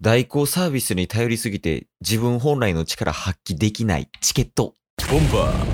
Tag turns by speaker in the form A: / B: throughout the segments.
A: 代行サービスに頼りすぎて自分本来の力発揮できないチケット。
B: ボンバー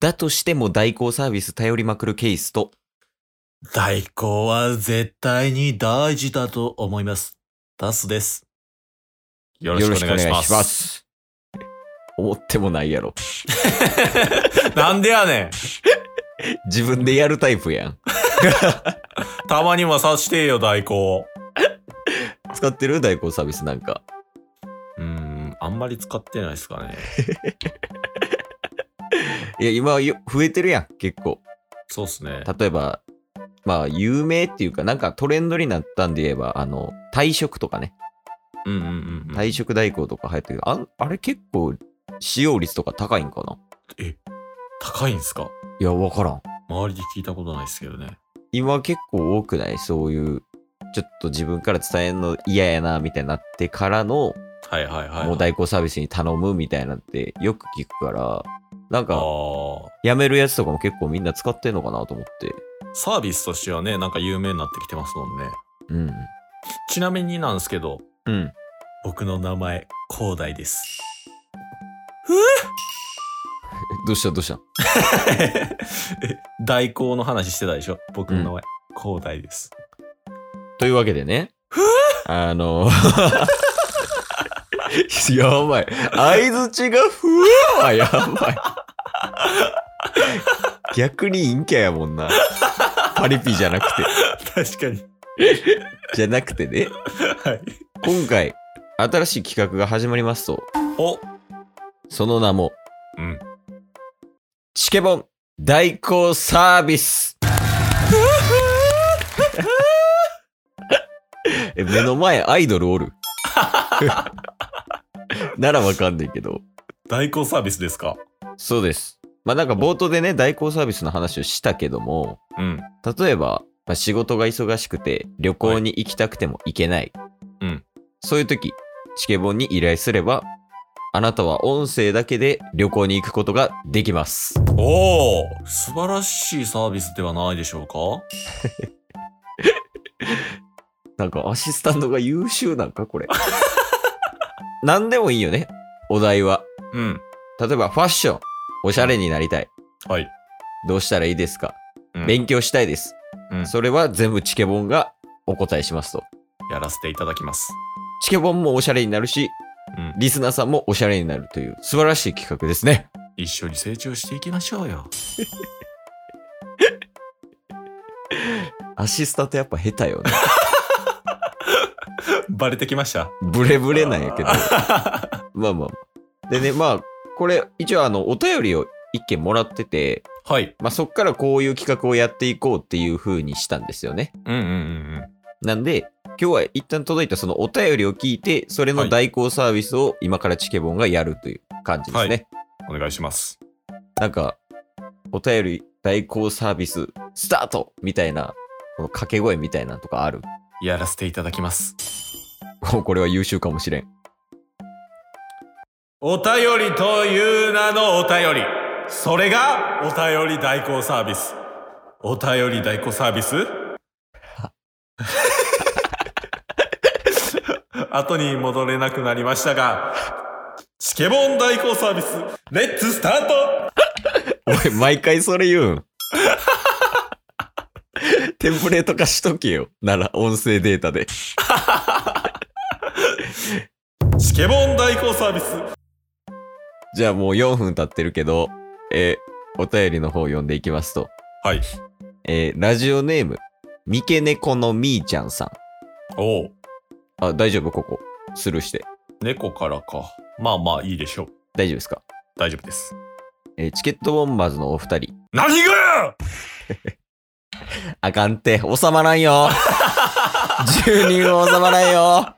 A: だとしても代行サービス頼りまくるケースと、
B: 代行は絶対に大事だと思います。タスです。よろしくお願いします。
A: す。思ってもないやろ。
B: なんでやねん
A: 自分でやるタイプやん。
B: たまにはさしてよ、代行。
A: 使ってる代行サービスなんか。
B: うーん、あんまり使ってないですかね。
A: いや、今はよ増えてるやん、結構。
B: そうっすね。
A: 例えば、まあ、有名っていうか、なんかトレンドになったんで言えば、あの、退職とかね。
B: うんうんうんうん。
A: 退職代行とか流行ってるけど、あんあれ結構使用率とか高いんかな
B: 高いんすか
A: いや、わからん。
B: 周りで聞いたことないですけどね。
A: 今結構多くないそういう、ちょっと自分から伝えるの嫌やな、みたいになってからの、
B: はいはいはい、はい。
A: もう代行サービスに頼むみたいなんてよく聞くから、なん
B: あ
A: か、辞めるやつとかも結構みんな使ってんのかなと思って。
B: ーサービスとしてはね、なんか有名になってきてますもんね。
A: うん。
B: ちなみになんですけど、
A: うん。
B: 僕の名前、広大です。
A: どうしたどうした
B: え代行の話してたでしょ僕の名前、広大です。
A: というわけでね。あの、 やばい。相槌がふわはやばい。逆に陰キャやもんな。パリピじゃなくて。
B: 確かに。
A: じゃなくてね。
B: はい。
A: 今回、新しい企画が始まりますと、
B: お
A: その名も、
B: うん。
A: チケボン代行サービスえ目の前アイドルおる ならわかんないけど
B: 代行サービスですか
A: そうですまあなんか冒頭でね代行サービスの話をしたけども
B: うん。
A: 例えば、まあ、仕事が忙しくて旅行に行きたくても行けない、
B: うん
A: そういう時チケボンに依頼すればあなたは音声だけで旅行に行くことができます
B: おお素晴らしいサービスではないでしょうか
A: なんかアシスタントが優秀なんか これ。何でもいいよね。お題は。
B: うん。
A: 例えばファッション。おしゃれになりたい。
B: はい。
A: どうしたらいいですか、
B: うん
A: 勉強したいです。
B: うん
A: それは全部チケボンがお答えしますと。
B: やらせていただきます。
A: チケボンもおしゃれになるし、
B: うん。
A: リスナーさんもおしゃれになるという素晴らしい企画ですね。
B: 一緒に成長していきましょうよ。
A: アシスタントやっぱ下手よね。
B: バレてきました。
A: ブレブレなんやけど。
B: は
A: まあまあ。でね、まあ、これ一応あの、お便りを一件もらってて、
B: い。
A: まあそっからこういう企画をやっていこうっていう風にしたんですよね。
B: うんうんうん
A: なんで、今日は一旦届いたそのお便りを聞いて、それの代行サービスを今からチケボンがやるという感じですね。
B: うん。お願いします。
A: なんか、お便り代行サービススタートみたいな、この掛け声みたいなのとかある。
B: やらせていただきます。
A: もうこれは優秀かもしれん。
B: お便りという名のお便り。それがお便り代行サービス。お便り代行サービス 後に戻れなくなりましたが、チケボン代行サービス、レッツスタート
A: おい、毎回それ言うん。 テンプレート化しとけよ。なら、音声データで。
B: チケボン代行サービス。
A: じゃあもう4分経ってるけど、えーお便りの方読んでいきますと。
B: はい。
A: えーラジオネーム、三毛猫のみーちゃんさん。
B: おう、
A: あ、大丈夫ここ。スルーして。
B: 猫からか。まあまあいいでしょう。
A: 大丈夫ですか
B: 大丈夫です。
A: えーチケットボンバーズのお二人。
B: 何がや
A: あかんって、収まらん よ。10人は収まらんよ。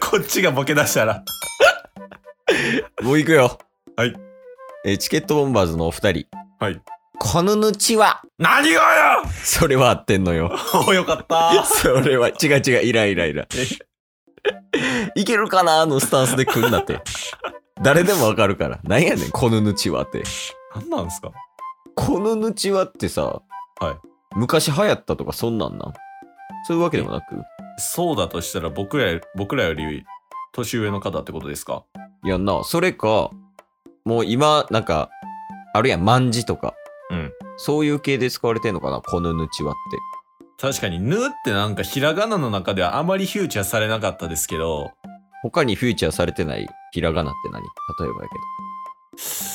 B: こっちがボケ出したら。
A: もう行くよ。
B: はい。
A: えーチケットボンバーズのお二人。
B: はい。
A: このぬちは、
B: 何がや
A: それは合ってんのよ。
B: およかった。
A: それは、違う違う、イライライラ。いけるかなのスタンスで来るなって。誰でもわかるから。なんやねん、このぬちはって。
B: 何なんですか
A: このぬちはってさ、
B: はい
A: 昔流行ったとかそんなんなんそういうわけでもなく。
B: そうだとしたら僕ら僕らより年上の方ってことですか
A: いやんな、それか、もう今、なんか、あるやん、万字とか。
B: うん。
A: そういう系で使われてんのかな、このぬちわっ
B: 確かに「ぬ」ってなんかひらがなの中ではあまりフューチャーされなかったですけど
A: て。他にフューチャーされてないひらがなって何例えばやけど。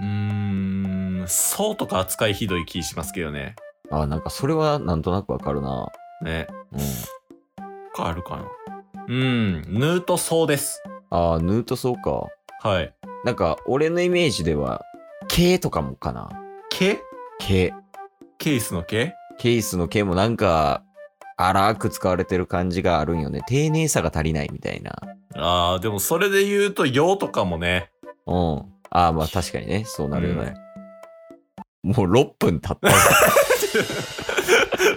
B: うーん「そう」とか扱いひどい気しますけどね
A: あ、なんかそれはなんとなくわかるな。
B: ね
A: うん。
B: 他あるかなうん「ぬ」と「そう」です
A: あー、ヌートそうか。
B: はい
A: なんか、俺のイメージでは、K とかもかな。
B: 「け」
A: K。
B: ケースの「け」
A: ケースの K もなんか、荒く使われてる感じがあるんよね。丁寧さが足りないみたいな。
B: あーでもそれで言うと「よ」とかもね
A: うん。ああ、まあ確かにね、そうなるよね。もう6分経ったぞ。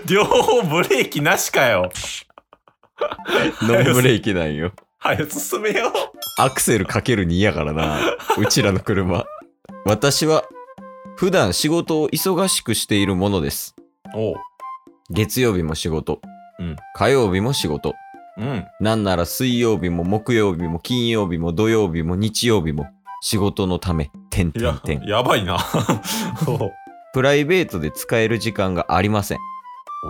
B: 両方ブレーキなしかよ
A: ノンブレーキなんよ。
B: 早く進めよ
A: アクセルかける2やからな。うちらの車。私は、普段仕事を忙しくしているものです。
B: うおう
A: 月曜日も仕事。
B: うん
A: 火曜日も仕事。
B: うん
A: なんなら水曜日も木曜日も金曜日も土曜日も日曜日も仕事のため、てんて
B: い
A: ん
B: や
A: てん。
B: やばいな おう
A: プライベートで使える時間がありません。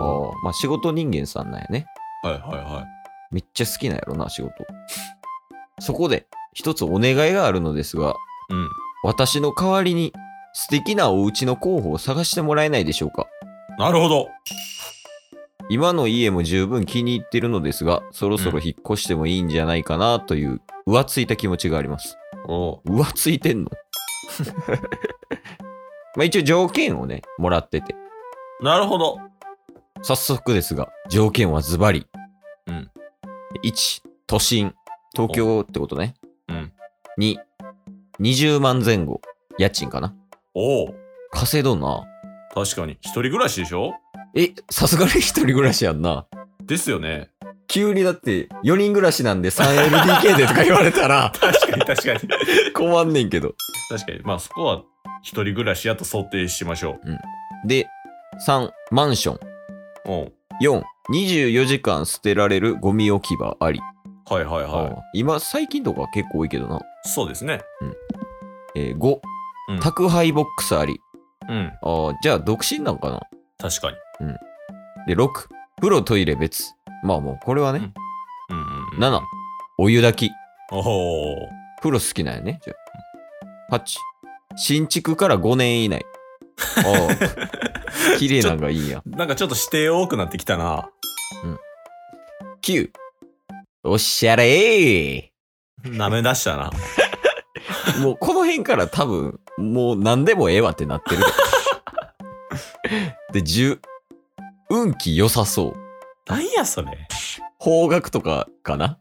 A: ああ、まあ仕事人間さんなんやね。
B: はいはいはい
A: めっちゃ好きなんやろな、仕事。そこで、一つお願いがあるのですが、
B: うん
A: 私の代わりに素敵なお家の候補を探してもらえないでしょうか
B: なるほど
A: 今の家も十分気に入ってるのですが、そろそろ引っ越してもいいんじゃないかなという、浮ついた気持ちがあります。
B: お
A: 浮ついて んのまあ一応条件をね、もらってて。
B: うなるほど
A: 早速ですが、条件はズバリ。
B: うん。
A: 1、都心。東京ってことね。
B: うん。
A: 2、20万前後。家賃かな。
B: おお
A: 稼いどんな。
B: 確かに一人暮らしでしょ
A: え、さすがに一人暮らしやんな。
B: ですよね、
A: 急にだって、4人暮らしなんで 3LDK でとか言われたら
B: 確かに確かに
A: 困んねんけど。
B: 確かにまあそこは一人暮らしやと想定しましょ
A: で、3、マンション。
B: うおう
A: 4、24時間捨てられるゴミ置き場あり。
B: はいはい
A: あ
B: は
A: あ今、最近とか結構多いけどな。
B: いそうですね
A: えー5、
B: うん
A: 宅配ボックスあり。
B: うん
A: ああ、じゃあ独身なんかな。
B: 確かに
A: で、6、風呂、トイレ別。まあもう、これはね。
B: うんうんうん
A: 7、お湯炊き。
B: おお
A: 風呂好きなんやね。じゃあ8、新築から5年以内。あ あ、綺麗なんがいいんや。
B: なんかちょっと指定多くなってきたな
A: 9、おしゃれ
B: 舐め出したな
A: ーもうこの辺から多分、もう何でもええわってなってる。で、10、運気良さそう。
B: なんやそれ
A: 方角とかかな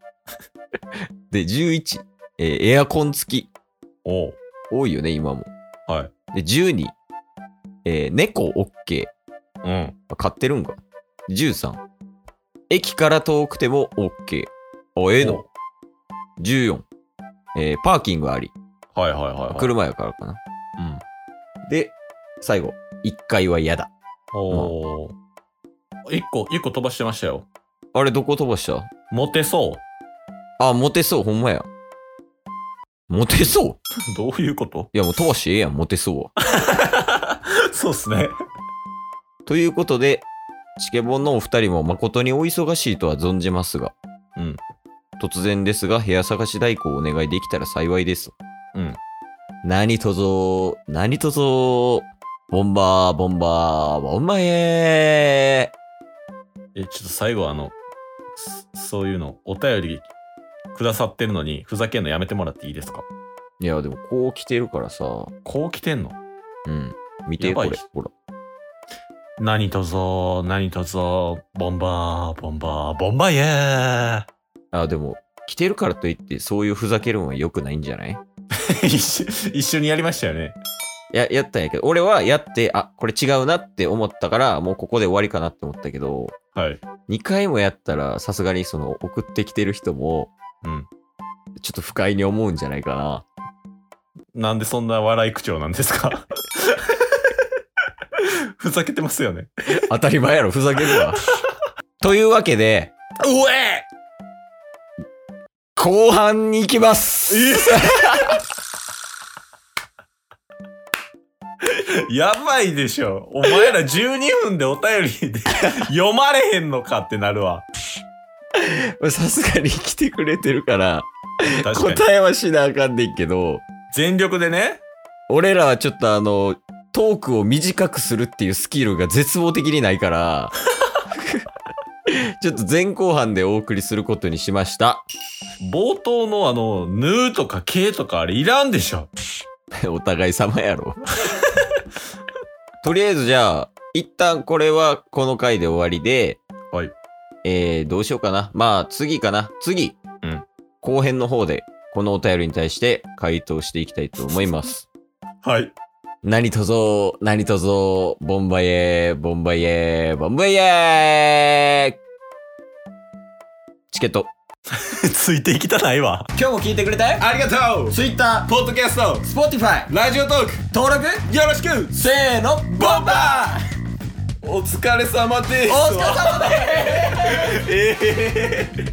A: で、11、えーエアコン付き。
B: おう
A: 多いよね、今も。
B: は
A: で、
B: い
A: 12、えー、猫 OK。
B: うん
A: あ買ってるんか。13、駅から遠くても OK。あ、ええの。14、えー、パーキングあり。
B: はいはいはいはい
A: 車やからかな。
B: うん
A: で、最後、1階は嫌だ。
B: おお一個一個飛ばしてましたよ
A: あれ、どこ飛ばした
B: モテそう
A: あ、モテそう、ほんまや。モテそう
B: どういうこと
A: いや、もう飛ばしてええやん、モテ そうは。
B: そうっすね。
A: ということで、チケボンのお二人も誠にお忙しいとは存じますが、
B: うん
A: 突然ですが、部屋探し代行をお願いできたら幸いです。
B: うん。
A: 何とぞ、何とぞ、ボンバー、ボンバー、ボンバーへ
B: え、ちょっと最後あの、そそういうの、お便りくださってるのに、ふざけんのやめてもらっていいですか
A: いや、でもこう来てるからさ、
B: こう来てんの
A: うん。見て、
B: や
A: こ
B: ばい
A: れ。ほら。
B: 何とぞ、何とぞ、ボンバー、ボンバー、ボンバーイエー
A: あ、でも、来てるからといって、そういうふざけるのは良くないんじゃない
B: 一緒一緒にやりましたよね。
A: いや、やったんやけど、俺はやって、あ、これ違うなって思ったから、もうここで終わりかなって思ったけど、
B: はい。
A: 2回もやったらさすがにその送ってきてる人も
B: うん。
A: ちょっと不快に思うんじゃないかな
B: なんでそんな笑い口調なんですか ふざけてますよね。
A: 当たり前やろふざけるわというわけで、
B: うえ
A: 後半に行きます。
B: やばいでしょ。お前ら12分でお便りで読まれへんのかってなるわ。
A: さすがに来てくれてるから、
B: 確かに。
A: 答えはしなあかんねんけど、
B: 全力でね。
A: 俺らはちょっとあの、トークを短くするっていうスキルが絶望的にない から、ちょっと前後半でお送りすることにしました。
B: 冒頭のあの、ぬーとかけーとかあれいらんでしょ。
A: お互い様やろ。とりあえずじゃあ、一旦これはこの回で終わりで、
B: はい。
A: えー、どうしようかな。まあ、次かな。次。
B: うん。
A: 後編の方で、このお便りに対して回答していきたいと思います。
B: はい。
A: 何とぞ、何とぞ、ボンバイエー、ボンバイエー、ボンバイエーチケット。
B: ついていきたないわ。
A: 今日も聞いてくれたよ
B: ありがとう
A: !Twitter、
B: ポッドキャスト
A: Spotify、
B: ラジオトーク
A: 登録、
B: よろしく
A: せーの、ボンバー
B: お疲れ様です
A: 様です
B: ええ